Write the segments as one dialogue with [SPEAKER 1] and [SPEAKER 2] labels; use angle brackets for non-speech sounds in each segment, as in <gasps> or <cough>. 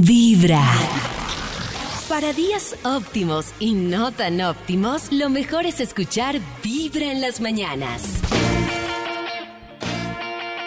[SPEAKER 1] Vibra. Para días óptimos y no tan óptimos, lo mejor es escuchar Vibra en las mañanas.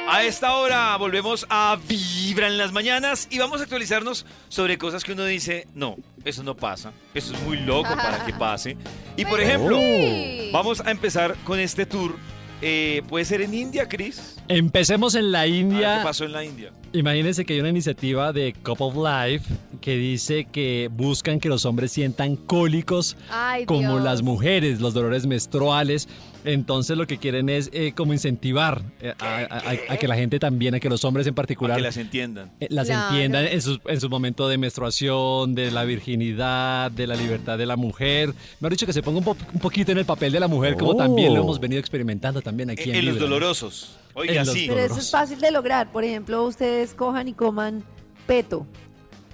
[SPEAKER 2] A esta hora volvemos a Vibra en las mañanas y vamos a actualizarnos sobre cosas que uno dice, no, eso no pasa, eso es muy loco para que pase. Y
[SPEAKER 3] <laughs>
[SPEAKER 2] por ejemplo,
[SPEAKER 3] Oh.
[SPEAKER 2] vamos a empezar con este tour. eh, puede ser en India, Chris.
[SPEAKER 4] Empecemos en la
[SPEAKER 2] A ver
[SPEAKER 4] India.
[SPEAKER 2] ¿Qué pasó en la India?
[SPEAKER 4] Imagínense que hay una iniciativa de Cup of Life que dice que buscan que los hombres sientan cólicos
[SPEAKER 5] Ay,
[SPEAKER 4] como
[SPEAKER 5] Dios.
[SPEAKER 4] las mujeres, los dolores menstruales. Entonces lo que quieren es eh, como incentivar eh, a, a- a- a que la gente también, a que los hombres en
[SPEAKER 2] Para
[SPEAKER 4] particular
[SPEAKER 2] que las entiendan.
[SPEAKER 4] eh, las
[SPEAKER 5] Claro.
[SPEAKER 4] entiendan en su, en su momento de menstruación, de la virginidad, de la libertad de la mujer. Me han dicho que se ponga un, po- un poquito en el papel de la mujer, como
[SPEAKER 6] Oh.
[SPEAKER 4] también lo hemos venido experimentando también aquí en,
[SPEAKER 2] Eh, En, en los
[SPEAKER 4] Vibra.
[SPEAKER 2] dolorosos. Oiga,
[SPEAKER 4] En los
[SPEAKER 2] sí.
[SPEAKER 3] Pero eso es
[SPEAKER 4] Doloroso.
[SPEAKER 3] fácil de lograr. Por ejemplo, ustedes cojan y coman peto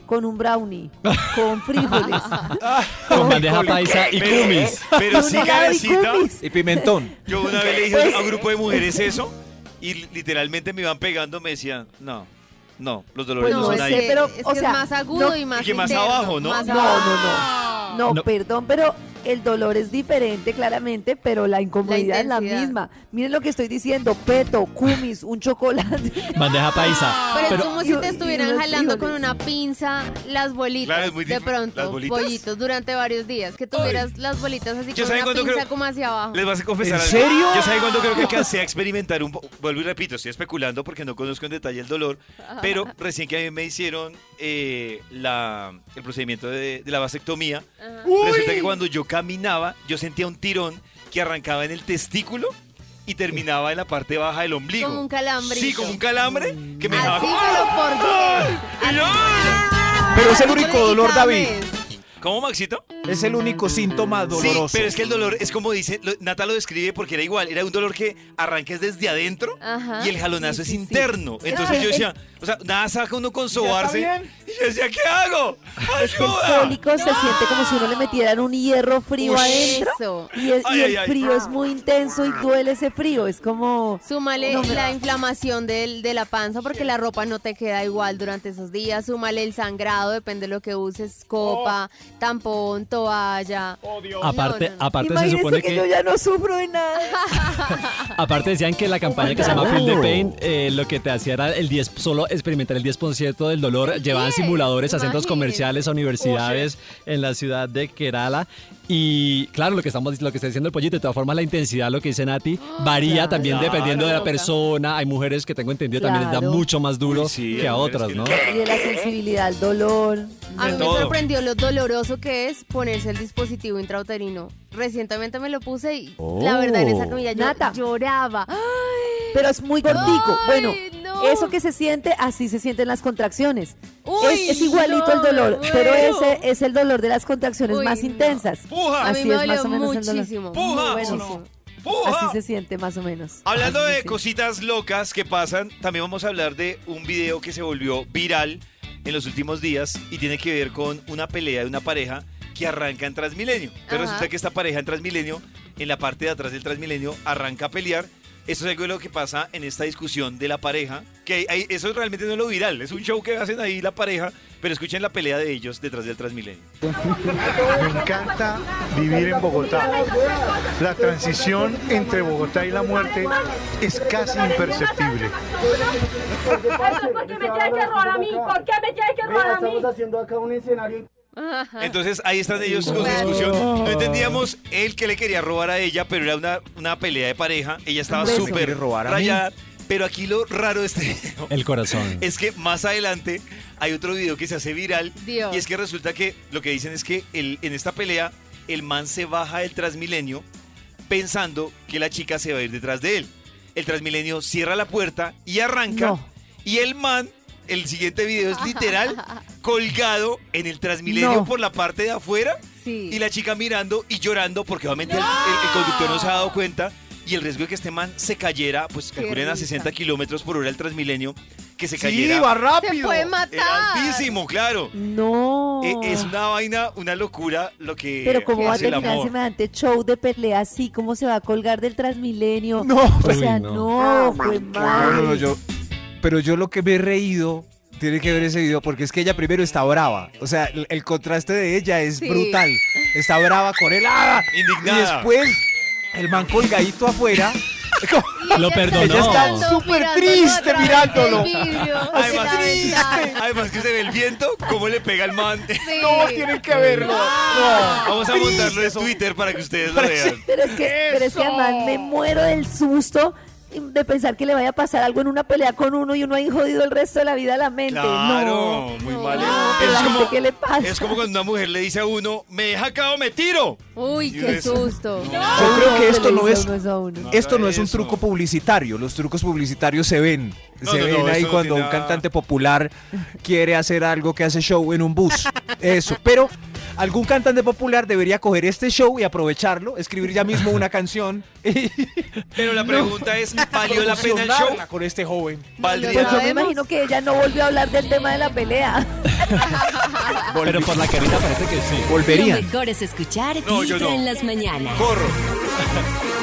[SPEAKER 3] con un brownie, con frijoles,
[SPEAKER 4] Con bandeja paisa y
[SPEAKER 2] Pero-
[SPEAKER 4] kumis.
[SPEAKER 2] Pero
[SPEAKER 3] con
[SPEAKER 2] sí,
[SPEAKER 3] un helado y
[SPEAKER 2] cabecita.
[SPEAKER 3] cumis.
[SPEAKER 6] Y pimentón.
[SPEAKER 2] Yo una vez le dije a un grupo de mujeres eso y literalmente me iban pegando, me decían, no, no, los dolores
[SPEAKER 3] Pues
[SPEAKER 2] no,
[SPEAKER 3] no,
[SPEAKER 2] son
[SPEAKER 3] es
[SPEAKER 2] ahí.
[SPEAKER 3] que- pero,
[SPEAKER 5] es
[SPEAKER 3] o
[SPEAKER 5] que
[SPEAKER 3] sea,
[SPEAKER 5] es más agudo
[SPEAKER 3] no-
[SPEAKER 5] y
[SPEAKER 2] Y
[SPEAKER 5] más
[SPEAKER 2] que más
[SPEAKER 5] interno,
[SPEAKER 2] abajo, ¿no?
[SPEAKER 5] más
[SPEAKER 3] No,
[SPEAKER 5] abajo.
[SPEAKER 3] no, no. No,
[SPEAKER 4] No.
[SPEAKER 3] perdón, pero el dolor es diferente, claramente, pero la incomodidad es la
[SPEAKER 5] intensidad.
[SPEAKER 3] misma. Miren lo que estoy diciendo: peto, cumis, un chocolate.
[SPEAKER 4] Bandeja paisa.
[SPEAKER 5] Pero,
[SPEAKER 4] Pero-
[SPEAKER 5] es como si
[SPEAKER 3] y-
[SPEAKER 5] te
[SPEAKER 3] y
[SPEAKER 5] estuvieran
[SPEAKER 3] unos
[SPEAKER 5] jalando con
[SPEAKER 3] frijoles.
[SPEAKER 5] una pinza las bolitas.
[SPEAKER 2] Claro, es muy
[SPEAKER 5] de
[SPEAKER 2] dif-
[SPEAKER 5] pronto,
[SPEAKER 2] ¿las bolitas?
[SPEAKER 5] bollitos durante varios días. Que tuvieras las bolitas así
[SPEAKER 2] Yo
[SPEAKER 5] con
[SPEAKER 2] saben
[SPEAKER 5] una
[SPEAKER 2] cuándo
[SPEAKER 5] pinza
[SPEAKER 2] creo-
[SPEAKER 5] como hacia abajo.
[SPEAKER 2] Les vas a confesar
[SPEAKER 6] ¿En
[SPEAKER 2] algo.
[SPEAKER 6] serio?
[SPEAKER 2] Yo sabía cuando creo que alcancé a experimentar un poco. Vuelvo y repito, estoy especulando porque no conozco en detalle el dolor. Pero
[SPEAKER 5] <laughs>
[SPEAKER 2] recién que a mí me hicieron eh, la- el procedimiento de, de la vasectomía,
[SPEAKER 5] Ajá.
[SPEAKER 2] resulta que cuando yo caminaba, yo sentía un tirón que arrancaba en el testículo y terminaba en la parte baja del ombligo.
[SPEAKER 5] Como un calambrito.
[SPEAKER 2] Sí, como un calambre que me dejaba.
[SPEAKER 5] Así, pero por diez.
[SPEAKER 2] ¡Ah! ¡Ay!
[SPEAKER 5] Así.
[SPEAKER 6] Pero es el
[SPEAKER 5] Así
[SPEAKER 6] único
[SPEAKER 5] con
[SPEAKER 6] dolor, David.
[SPEAKER 5] Icames.
[SPEAKER 2] ¿Cómo, Maxito?
[SPEAKER 6] Es el único síntoma doloroso.
[SPEAKER 2] Sí, pero es que el dolor es como dice, lo- Nata lo describe porque era igual, era un dolor que arranques desde adentro
[SPEAKER 5] Ajá.
[SPEAKER 2] y el jalonazo es
[SPEAKER 3] Sí, sí, sí.
[SPEAKER 2] interno. Entonces yo decía, o sea, nada saca uno con sobarse.
[SPEAKER 6] está bien.
[SPEAKER 2] Y yo decía,
[SPEAKER 6] <laughs>
[SPEAKER 2] ¿qué hago?
[SPEAKER 3] Es que el
[SPEAKER 2] ¡Ayuda!
[SPEAKER 3] cólico se siente como si uno le metieran un hierro frío
[SPEAKER 2] Ush.
[SPEAKER 3] adentro.
[SPEAKER 5] Eso.
[SPEAKER 3] Y el,
[SPEAKER 2] Ay,
[SPEAKER 3] y el
[SPEAKER 2] ay, ay.
[SPEAKER 3] frío es muy intenso y duele ese frío. Es como.
[SPEAKER 5] Súmale
[SPEAKER 3] No, me-
[SPEAKER 5] la inflamación del- de la panza porque la ropa no te queda igual durante esos días. Súmale el sangrado, depende de lo que uses, copa,
[SPEAKER 3] Oh.
[SPEAKER 5] tampón, toalla.
[SPEAKER 4] Aparte,
[SPEAKER 5] No, no, no.
[SPEAKER 4] aparte se
[SPEAKER 3] Imagínese
[SPEAKER 4] supone
[SPEAKER 3] que,
[SPEAKER 4] que,
[SPEAKER 3] yo ya no sufro de nada.
[SPEAKER 4] aparte decían que la campaña que se llama Feel the Pain, eh, lo que te hacía era el 10, solo experimentar el 10% del dolor. Llevaban
[SPEAKER 5] diez,
[SPEAKER 4] simuladores a centros
[SPEAKER 5] imagínese.
[SPEAKER 4] comerciales, a universidades en la ciudad de Kerala. Y claro, lo que estamos, lo que está diciendo el pollito, de todas formas la intensidad, lo que dice
[SPEAKER 3] <gasps>
[SPEAKER 4] Nati, varía
[SPEAKER 3] claro.
[SPEAKER 4] también
[SPEAKER 2] Claro.
[SPEAKER 4] dependiendo de la persona. Hay mujeres que tengo entendido también les da
[SPEAKER 3] Claro.
[SPEAKER 4] mucho más duro
[SPEAKER 2] Uy, sí,
[SPEAKER 4] que a
[SPEAKER 2] hay mujeres
[SPEAKER 4] otras,
[SPEAKER 2] que-
[SPEAKER 4] ¿no?
[SPEAKER 3] Y de la sensibilidad al dolor.
[SPEAKER 5] A
[SPEAKER 2] De
[SPEAKER 5] mí me
[SPEAKER 2] todo.
[SPEAKER 5] sorprendió lo doloroso que es ponerse el dispositivo intrauterino. Recientemente me lo puse y la verdad en esa comida yo
[SPEAKER 3] Oh. Nata.
[SPEAKER 5] lloraba.
[SPEAKER 3] Pero es muy cortico.
[SPEAKER 5] Ay,
[SPEAKER 3] Bueno,
[SPEAKER 5] no.
[SPEAKER 3] eso que se siente, así se sienten las contracciones.
[SPEAKER 5] Uy,
[SPEAKER 3] es, es igualito
[SPEAKER 5] no,
[SPEAKER 3] el dolor,
[SPEAKER 5] me
[SPEAKER 3] pero
[SPEAKER 5] muero.
[SPEAKER 3] ese es el dolor de las contracciones
[SPEAKER 5] Uy,
[SPEAKER 3] más
[SPEAKER 5] no.
[SPEAKER 3] intensas.
[SPEAKER 2] ¡Puja!
[SPEAKER 5] A mí
[SPEAKER 3] Así
[SPEAKER 5] me
[SPEAKER 3] es, más
[SPEAKER 5] dolió
[SPEAKER 3] o menos el dolor.
[SPEAKER 5] muchísimo.
[SPEAKER 2] ¡Puja!
[SPEAKER 5] muy
[SPEAKER 2] ¿o
[SPEAKER 5] buenísimo.
[SPEAKER 2] no? ¡Puja!
[SPEAKER 3] Así se siente más o menos.
[SPEAKER 2] Hablando
[SPEAKER 3] Así
[SPEAKER 2] de
[SPEAKER 3] se siente.
[SPEAKER 2] cositas locas que pasan, también vamos a hablar de un video que se volvió viral en los últimos días y tiene que ver con una pelea de una pareja que arranca en Transmilenio. Pero
[SPEAKER 5] Ajá.
[SPEAKER 2] resulta que esta pareja en Transmilenio, en la parte de atrás del Transmilenio, arranca a pelear. Eso es algo de lo que pasa en esta discusión de la pareja, que hay- eso realmente no es lo viral, es un show que hacen ahí la pareja, pero escuchen la pelea de ellos detrás del Transmilenio.
[SPEAKER 7] Me encanta vivir en Bogotá. La transición entre Bogotá y la muerte es casi imperceptible.
[SPEAKER 8] Eso es porque me tienes que robar a mí. ¿Por qué me tienes que robar a mí?
[SPEAKER 9] haciendo acá un escenario.
[SPEAKER 5] Ajá.
[SPEAKER 2] Entonces ahí están ellos con su
[SPEAKER 5] Claro.
[SPEAKER 2] discusión. No entendíamos él que le quería robar a ella, pero era una, una pelea de pareja. Ella estaba
[SPEAKER 6] ¿Me quiere
[SPEAKER 2] súper
[SPEAKER 6] robar a mí?
[SPEAKER 2] rayada. Pero aquí lo raro de este video
[SPEAKER 4] El corazón.
[SPEAKER 2] <laughs> es que más adelante hay otro video que se hace viral.
[SPEAKER 5] Dios.
[SPEAKER 2] Y es que resulta que lo que dicen es que el- en esta pelea el man se baja del Transmilenio pensando que la chica se va a ir detrás de él. El Transmilenio cierra la puerta y arranca.
[SPEAKER 3] No.
[SPEAKER 2] Y el man, el siguiente video es literal, colgado en el Transmilenio
[SPEAKER 3] No.
[SPEAKER 2] por la parte de afuera
[SPEAKER 5] Sí.
[SPEAKER 2] y la chica mirando y llorando porque obviamente el, el- el conductor no se ha dado cuenta y el riesgo de que este man se cayera, pues calculen a
[SPEAKER 5] risa.
[SPEAKER 2] 60 kilómetros por hora el Transmilenio, que se
[SPEAKER 6] Sí,
[SPEAKER 2] cayera.
[SPEAKER 6] va
[SPEAKER 5] Se
[SPEAKER 6] rápido.
[SPEAKER 5] puede
[SPEAKER 2] Era
[SPEAKER 5] matar.
[SPEAKER 2] altísimo, claro.
[SPEAKER 3] No.
[SPEAKER 2] E- Es una vaina, una locura lo que
[SPEAKER 3] Pero cómo va a
[SPEAKER 2] hace el
[SPEAKER 3] terminar
[SPEAKER 2] amor.
[SPEAKER 3] semejante show de pelea así, cómo se va a colgar del Transmilenio.
[SPEAKER 6] No.
[SPEAKER 2] pues,
[SPEAKER 3] O sea,
[SPEAKER 4] Uy, no.
[SPEAKER 3] no, fue
[SPEAKER 6] No, no,
[SPEAKER 3] mal.
[SPEAKER 6] no, yo- pero yo lo que me he reído
[SPEAKER 9] tiene que ver ese video porque es que ella primero está brava. O sea, el, el contraste de ella es
[SPEAKER 5] Sí.
[SPEAKER 9] brutal. Está brava con él. ¡ah!
[SPEAKER 2] Indignada.
[SPEAKER 9] Y después, el man colgadito
[SPEAKER 2] <laughs>
[SPEAKER 9] afuera.
[SPEAKER 4] Lo perdonó.
[SPEAKER 9] Ella está súper triste mirándolo.
[SPEAKER 5] Así
[SPEAKER 2] Además, <laughs> además que se ve el viento, cómo le pega al man. <laughs>
[SPEAKER 9] No, tienen que verlo. No.
[SPEAKER 2] Vamos a montarlo en Twitter para que ustedes lo vean.
[SPEAKER 3] Pero es que, pero es que además me muero del susto de pensar que le vaya a pasar algo en una pelea con uno y uno ahí jodido el resto de la vida a la mente.
[SPEAKER 2] Claro,
[SPEAKER 3] no.
[SPEAKER 2] muy
[SPEAKER 5] no,
[SPEAKER 2] mal.
[SPEAKER 5] no,
[SPEAKER 3] pero
[SPEAKER 2] es,
[SPEAKER 3] la gente,
[SPEAKER 2] como,
[SPEAKER 3] ¿qué le pasa?
[SPEAKER 2] es como cuando una mujer le dice a uno, me deja acá o me tiro.
[SPEAKER 5] Uy,
[SPEAKER 2] Y
[SPEAKER 5] qué
[SPEAKER 2] eso.
[SPEAKER 5] susto.
[SPEAKER 9] Yo creo que
[SPEAKER 3] se
[SPEAKER 9] esto
[SPEAKER 3] le
[SPEAKER 9] no
[SPEAKER 3] hizo
[SPEAKER 9] es
[SPEAKER 3] uno eso a uno.
[SPEAKER 2] No
[SPEAKER 9] Esto
[SPEAKER 2] haga
[SPEAKER 9] no es un
[SPEAKER 2] eso.
[SPEAKER 9] truco publicitario, los trucos publicitarios se ven.
[SPEAKER 2] No,
[SPEAKER 9] se
[SPEAKER 2] no,
[SPEAKER 9] ven
[SPEAKER 2] no,
[SPEAKER 9] ahí
[SPEAKER 2] eso no
[SPEAKER 9] cuando
[SPEAKER 2] tiene nada.
[SPEAKER 9] un cantante popular quiere hacer algo que hace show en un bus. Eso, pero algún cantante popular debería coger este show y aprovecharlo, escribir ya mismo una canción y
[SPEAKER 2] Pero
[SPEAKER 9] <laughs>
[SPEAKER 2] la pregunta es, ¿valió la pena el show?
[SPEAKER 9] con este joven.
[SPEAKER 5] No,
[SPEAKER 2] ¿Valdría?
[SPEAKER 5] lo
[SPEAKER 3] Pues yo me
[SPEAKER 5] Sabemos.
[SPEAKER 3] imagino que ella no volvió a hablar del tema de la pelea.
[SPEAKER 4] Pero por la carita parece que sí.
[SPEAKER 1] Lo
[SPEAKER 9] Volverían.
[SPEAKER 1] mejor es escuchar
[SPEAKER 2] No, yo
[SPEAKER 1] Vibra
[SPEAKER 2] no.
[SPEAKER 1] en las mañanas.
[SPEAKER 2] Corro.